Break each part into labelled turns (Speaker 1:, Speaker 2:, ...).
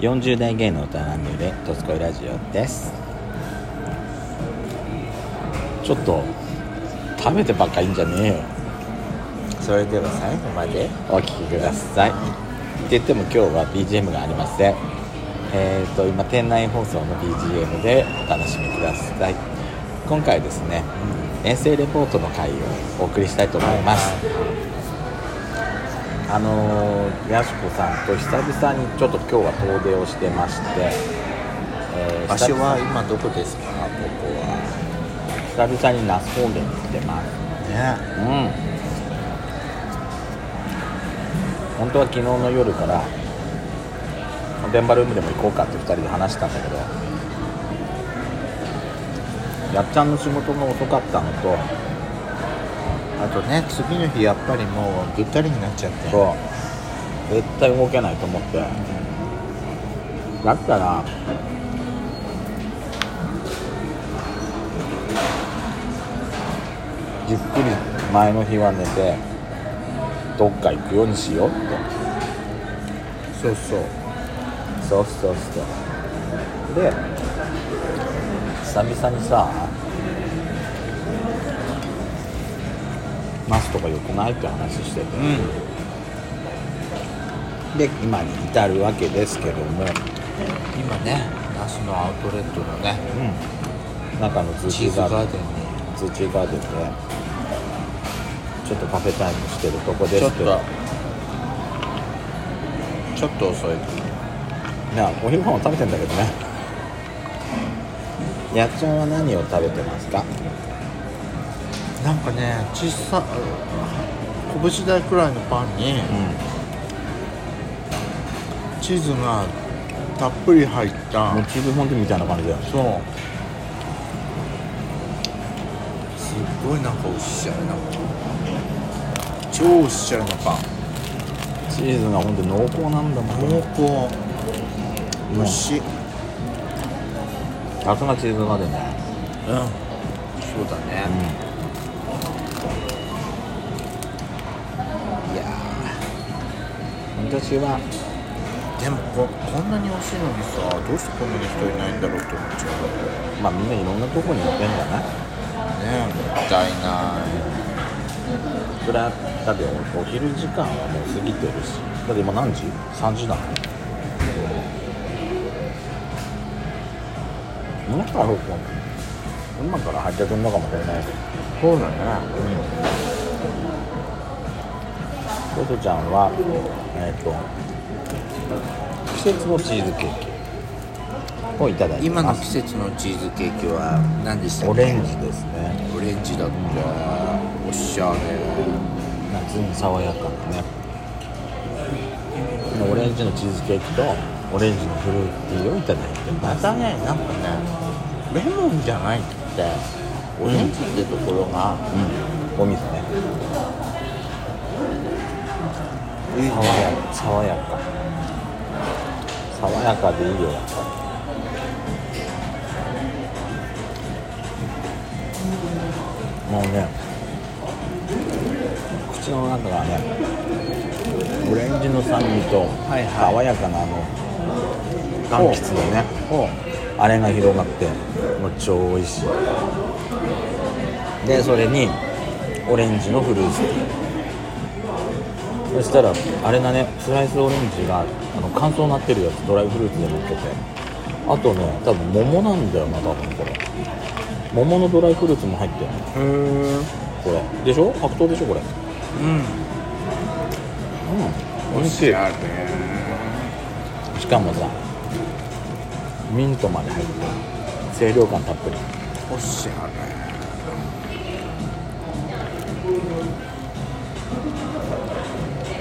Speaker 1: 40代芸能歌乱入で「とつこいラジオ」ですちょっと食べてばっかりんじゃねえよそれでは最後までお聴きくださいって言っても今日は BGM がありませんえー、と今店内放送の BGM でお楽しみください今回ですね遠征レポートの回をお送りしたいと思います、あのー、やしこさんと久々にちょっと今日は遠出をしてまして、えー
Speaker 2: 場所は今どこですか
Speaker 1: あここは久々に那須高原に来てます
Speaker 2: ね
Speaker 1: うん本当は昨日の夜から電波ルームでも行こうかって2人で話したんだけどやっちゃんの仕事が遅かったのと
Speaker 2: あとね次の日やっぱりもうぐったりになっちゃって
Speaker 1: そう絶対動けないと思ってだったらゆっくり前の日は寝てどっか行くようにしようって
Speaker 2: そうそう
Speaker 1: そうそうそうで久々にさナスとか良くないって話してて、で今に至るわけですけども、
Speaker 2: 今ね那須のアウトレットのね
Speaker 1: 中のズー
Speaker 2: チ
Speaker 1: チ
Speaker 2: ー
Speaker 1: ー
Speaker 2: ズ
Speaker 1: ガ
Speaker 2: ガ
Speaker 1: ーデン
Speaker 2: ーデン
Speaker 1: ズーチーガーデンでちょっとカフェタイムしてるとこで
Speaker 2: にちょ
Speaker 1: す
Speaker 2: っ
Speaker 1: けど
Speaker 2: とちょっと遅い
Speaker 1: ねお昼ご飯を食べてんだけどねやっちゃんは何を食べてますか
Speaker 2: なんかね小さ拳大くらいのパンにチーズがたっぷり入った
Speaker 1: もちぶ本当みたいな感じだよね
Speaker 2: そうすっごいなんかおしゃれな超おしゃれなパン
Speaker 1: チーズが本当濃厚なんだもん
Speaker 2: 濃厚
Speaker 1: ん
Speaker 2: 美味しい、うん、
Speaker 1: さすがチーズまでね
Speaker 2: そうだね、いや
Speaker 1: 私は
Speaker 2: ーでもここんなに美味しいのにさどうしてこんなに人いないんだろうって思っちゃ
Speaker 1: まあみんないろんなとこに行ってんだな
Speaker 2: うねえもったいない
Speaker 1: それはだってお昼時間はもう過ぎてるしだって今何時 ?3 時なのもしかしたら今から入ってくんのかもしれないけど
Speaker 2: そうだね
Speaker 1: トトちゃんはえっ、と季節のチーズケーキをいただいて
Speaker 2: 今
Speaker 1: ま
Speaker 2: の
Speaker 1: す
Speaker 2: 季節のチーズケーキは何でしたっけ
Speaker 1: オレンジですね
Speaker 2: オレンジだっておしゃれ
Speaker 1: 夏に爽やかなねオレンジのチーズケーキとオレンジのフルーティーをいただいてま
Speaker 2: ますたねなんかねレモンじゃないってオレンジってところが
Speaker 1: お水ね
Speaker 2: いいね
Speaker 1: 爽やか爽やか爽やかでいいよやっぱりもうね口の中がねオレンジの酸味と
Speaker 2: はいはい
Speaker 1: 爽やかなあの柑橘のね
Speaker 2: ほ
Speaker 1: あれが広がってもう超美味しいでそれにオレンジのフルーツそしたらあれだねスライスオレンジがあの乾燥になってるやつドライフルーツで乗っけてあとね多分桃なんだよな多分これ桃のドライフルーツも入ってる
Speaker 2: うへえ
Speaker 1: これでしょ白桃でしょこれう
Speaker 2: うん
Speaker 1: ん美味しい
Speaker 2: ゃれ
Speaker 1: しかもさミントまで入って清涼感たっぷり
Speaker 2: おしゃれ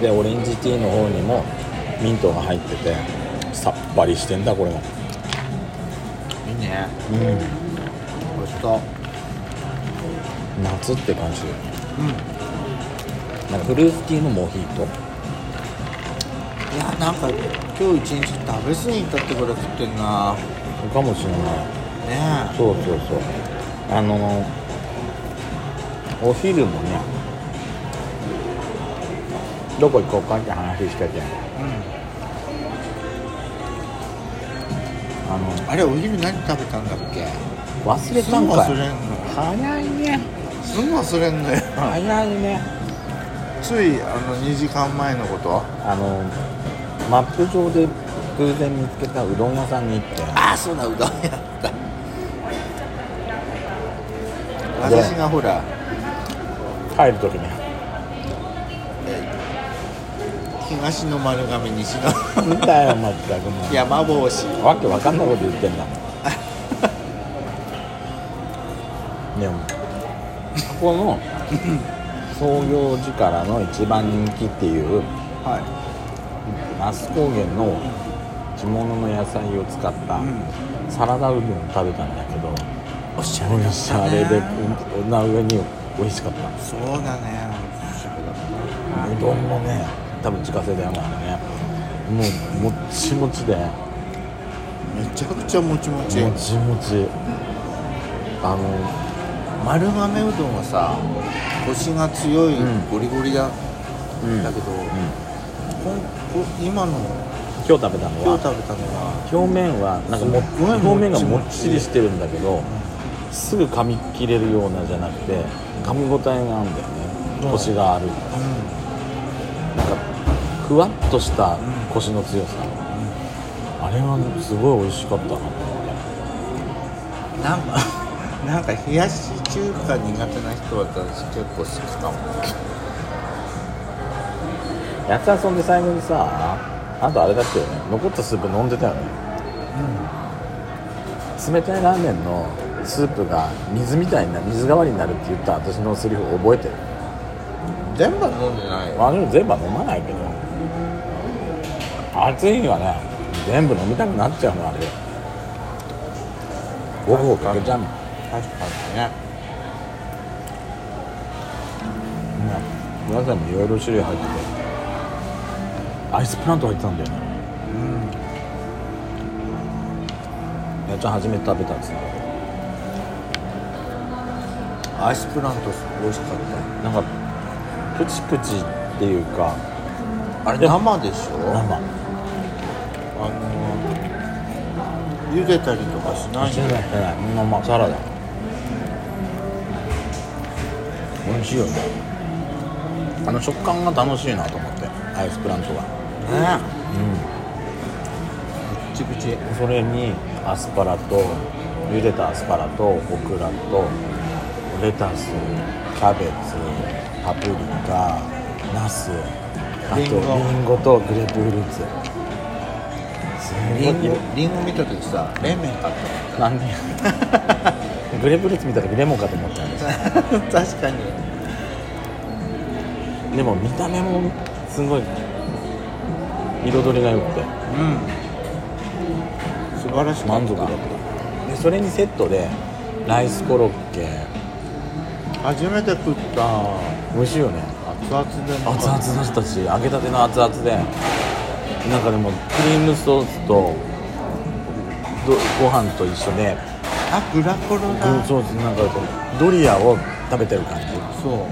Speaker 1: でオレンジティーの方にもミントが入っててさっぱりしてんだこれが
Speaker 2: いいね
Speaker 1: うん
Speaker 2: おいしそう
Speaker 1: 夏って感じだよね
Speaker 2: うん
Speaker 1: なんかフルーツティーのモヒート
Speaker 2: いやなんか今日一日食べ過ぎたってから食ってんな
Speaker 1: かもしれない
Speaker 2: ね
Speaker 1: そうそうそうあのお昼もねどこ行こうかって話してて
Speaker 2: えうん
Speaker 1: あの
Speaker 2: あれお昼何食べたんだっけ
Speaker 1: 忘れたんか
Speaker 2: す
Speaker 1: い
Speaker 2: ぐ忘れんの
Speaker 1: 早いね
Speaker 2: すぐ忘れんのよ
Speaker 1: 早いね
Speaker 2: ついあの2時間前のこと
Speaker 1: あのマップ上で偶然見つけたうどん屋さんに行って
Speaker 2: ああそうだうどんやった 私がほら
Speaker 1: 帰る時に
Speaker 2: 東の丸亀西の
Speaker 1: 見たよまったくもう
Speaker 2: 山帽子
Speaker 1: わけわかんないこと言ってん だもんでもここの創業時からの一番人気っていう
Speaker 2: は
Speaker 1: 那須高原の地物の野菜を使った
Speaker 2: ん
Speaker 1: サラダうどんを食べたんだけど、
Speaker 2: いおし
Speaker 1: おしゃれで
Speaker 2: ね
Speaker 1: こんな上に美味しかった
Speaker 2: そうだねおしゃれだね
Speaker 1: うどんもね多分自家製だよねあれねもうもっちもちでも
Speaker 2: めちゃくちゃもちもち
Speaker 1: ちもちあの
Speaker 2: 丸亀うどんはさコシが強い
Speaker 1: うん
Speaker 2: ゴリゴリだ、
Speaker 1: うん
Speaker 2: だけど、
Speaker 1: うん
Speaker 2: こんこ今の
Speaker 1: 今日食べたの
Speaker 2: 今日
Speaker 1: は
Speaker 2: 食べたのは
Speaker 1: 表面はなんかも
Speaker 2: すっごい
Speaker 1: 表面がも
Speaker 2: もっちも
Speaker 1: っ
Speaker 2: ち
Speaker 1: ちりしてるんだけどすぐ噛み切れるようなじゃなくて噛み応えがあるんだよ
Speaker 2: うん
Speaker 1: ねコシがあるなんかふわっとしたコシの強さあれはすごい美味しかったなと思って
Speaker 2: うんなんか なんか冷やし中華苦手な人は私結構好きかも
Speaker 1: やつ遊んで最後にさあとあれだっけよね残ったスープ飲んでたよね冷たいラーメンのスープが水みたいな水代わりになるって言った私のセリフ覚えてる
Speaker 2: 全部飲んでないよ
Speaker 1: まあでも全部は飲まないけど暑い日はね全部飲みたくなっちゃうのあれご飯をかけちゃうの
Speaker 2: 確かにね
Speaker 1: お野菜もいろいろ種類入っててアイスプラント入ってたんだよねやっちゃん初めて食べたんですよ
Speaker 2: アイスプラント美味しかっ
Speaker 1: なんかプチプチっていうか
Speaker 2: たあれ生でしょ
Speaker 1: 生
Speaker 2: あの茹でたりとかしない
Speaker 1: してないしてない生サラダ美味しいよねあの食感が楽しいなと思ってアイスプラントが
Speaker 2: ねうんプチプチ
Speaker 1: それにアスパラと茹でたアスパラとオクラとレタスキャベツパプリカナスあと
Speaker 2: リ
Speaker 1: リ
Speaker 2: ンゴ
Speaker 1: ンゴとグレープフルーツす
Speaker 2: リ
Speaker 1: ごい
Speaker 2: ンゴリンゴ見た時さ冷麺買ったの
Speaker 1: なんで グレープフルーツ見た時レモンかと思ったんです
Speaker 2: 確かに
Speaker 1: でも見た目もすごい彩りが良くて
Speaker 2: うん素晴らしかった
Speaker 1: 満足だったでそれにセットでライスコロッケ
Speaker 2: 初めて食った
Speaker 1: 美味しいよね
Speaker 2: 熱々で
Speaker 1: 熱々だったし揚げたての熱々でなんかでもクリームソースとどご飯と一緒で
Speaker 2: あグラコロ
Speaker 1: クリーム
Speaker 2: だ
Speaker 1: ソースなんかこうドリアを食べてる感じ
Speaker 2: そう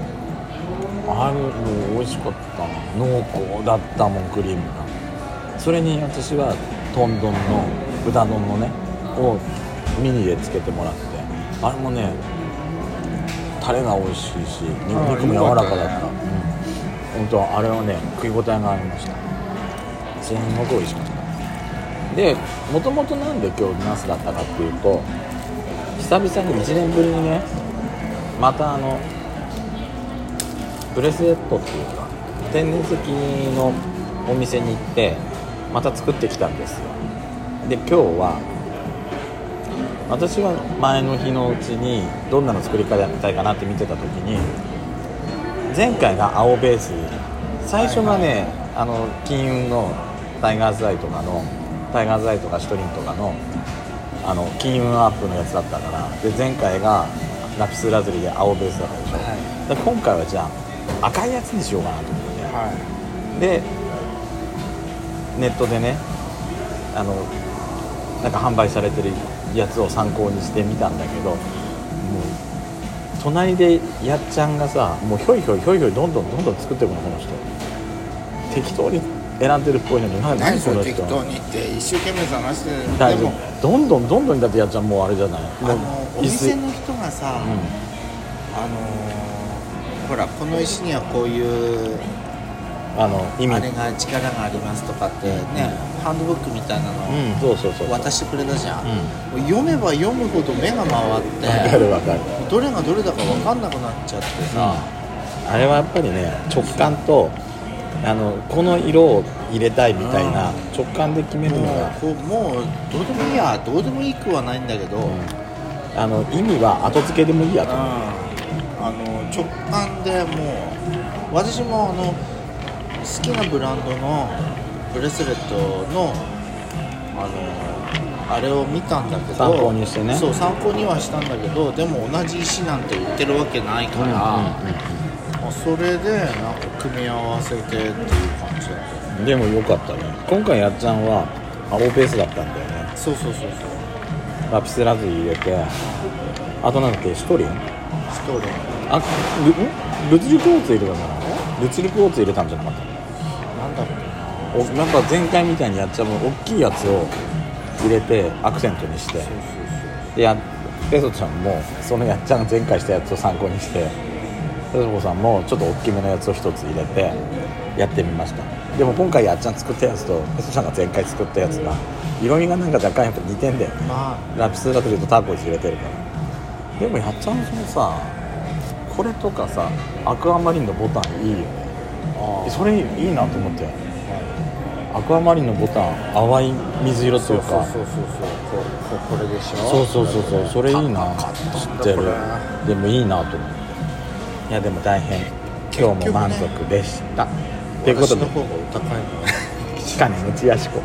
Speaker 1: あれもう美味しかったな濃厚だったもんクリームがそれに私は豚丼の豚丼のねをミニでつけてもらってあれもねタレが美味しいし
Speaker 2: あー
Speaker 1: 肉も柔らかだった
Speaker 2: よかったね
Speaker 1: うん、本当あれはね食い応えがありましたすんごく美味しかったでもともとなんで今日ナスだったかっていうと久々に1年ぶりにねまたあのブレスレットっていうか天然石のお店に行ってまた作ってきたんですよで今日は私は前の日のうちにどんなの作り方やりたいかなって見てた時に前回が青ベース最初がね、あの金運のタイガーズアイとかのタイガーズアイとかシトリンとかのあの金運アップのやつだったからで前回がラピスラズリで青ベースだったでしょ、
Speaker 2: は
Speaker 1: で今回はじゃあ赤いやつにしようかなと思って、
Speaker 2: は
Speaker 1: でネットでねあのなんか販売されてるやつを参考にしてみたんだけどもう隣でやっちゃんがさもうひょいひょいひょいひょいどんどんどんどん作ってくのこの人適当に選んでるっぽいのに何
Speaker 2: 何そ
Speaker 1: この
Speaker 2: れ
Speaker 1: 人
Speaker 2: 適当にって一生懸命探してる
Speaker 1: だ
Speaker 2: で
Speaker 1: いぶ
Speaker 2: も
Speaker 1: どんどんどんどんだってやっちゃうもうあれじゃないも
Speaker 2: あ
Speaker 1: う
Speaker 2: のお
Speaker 1: 椅子
Speaker 2: 店の人がさ、
Speaker 1: う、
Speaker 2: あのーほらこの石にはこういうん
Speaker 1: あの意味
Speaker 2: あれが力がありますとかってね、ハンドブックみたいなの
Speaker 1: うんそうそうそう
Speaker 2: 渡してくれたじゃん、
Speaker 1: う
Speaker 2: 読めば読むほど目が回って
Speaker 1: わかるわかる
Speaker 2: どれがどれだか分かんなくなっちゃってさ、
Speaker 1: あれはやっぱりね直感とあのこの色を入れたいみたいな
Speaker 2: うん
Speaker 1: 直感で決めるの
Speaker 2: もう
Speaker 1: が
Speaker 2: こうもうどうでもいいやどうでもいいくはないんだけど、うん
Speaker 1: あの意味は後付けでもいいやと
Speaker 2: あの直感でもう私もあの好きなブランドのブレスレットのあのあれを見たんだけど
Speaker 1: 参考にしてね
Speaker 2: そう参考にはしたんだけどでも同じ石なんて売ってるわけないから、まあそれでなんか組み合わせてっていう感じだった
Speaker 1: うんうんでもよかったね今回やっちゃんは青ペースだったんだよね
Speaker 2: そうそうそうそう
Speaker 1: ラピスラズリ入れてあとなんだっけシトリン
Speaker 2: ストーリー
Speaker 1: あルんルツルクオーツ入れたんじゃないルツルクオーツ入れたんじゃなかった
Speaker 2: なんだっけ
Speaker 1: おなんか前回みたいにやっちゃうもう大きいやつを入れてアクセントにして
Speaker 2: そうそうそう
Speaker 1: でやペソちゃんもそのやっちゃんが前回したやつを参考にしてペソコさんもちょっと大きめのやつを一つ入れてやってみましたでも今回やっちゃん作ったやつとペソちゃんが前回作ったやつが色味がなんか若干やっぱ似てんだよね
Speaker 2: まあ
Speaker 1: ラピスラズリとターコイズ入れてるからでもやっちゃんのそのさこれとかさアクアマリンのボタンいいよね
Speaker 2: あ
Speaker 1: それいいなと思ってアクアマリンのボタン淡い水色と
Speaker 2: そ
Speaker 1: いううか
Speaker 2: そうそうそうそうここれでしょ
Speaker 1: そうそうそうそうそれいいな
Speaker 2: 買った
Speaker 1: 知
Speaker 2: んだ
Speaker 1: ってる
Speaker 2: これ
Speaker 1: でもいいなと思っていやでも大変今日も満足でしたと、いうこと
Speaker 2: 私
Speaker 1: で
Speaker 2: の方がお高いの
Speaker 1: 期間に持ちやしこ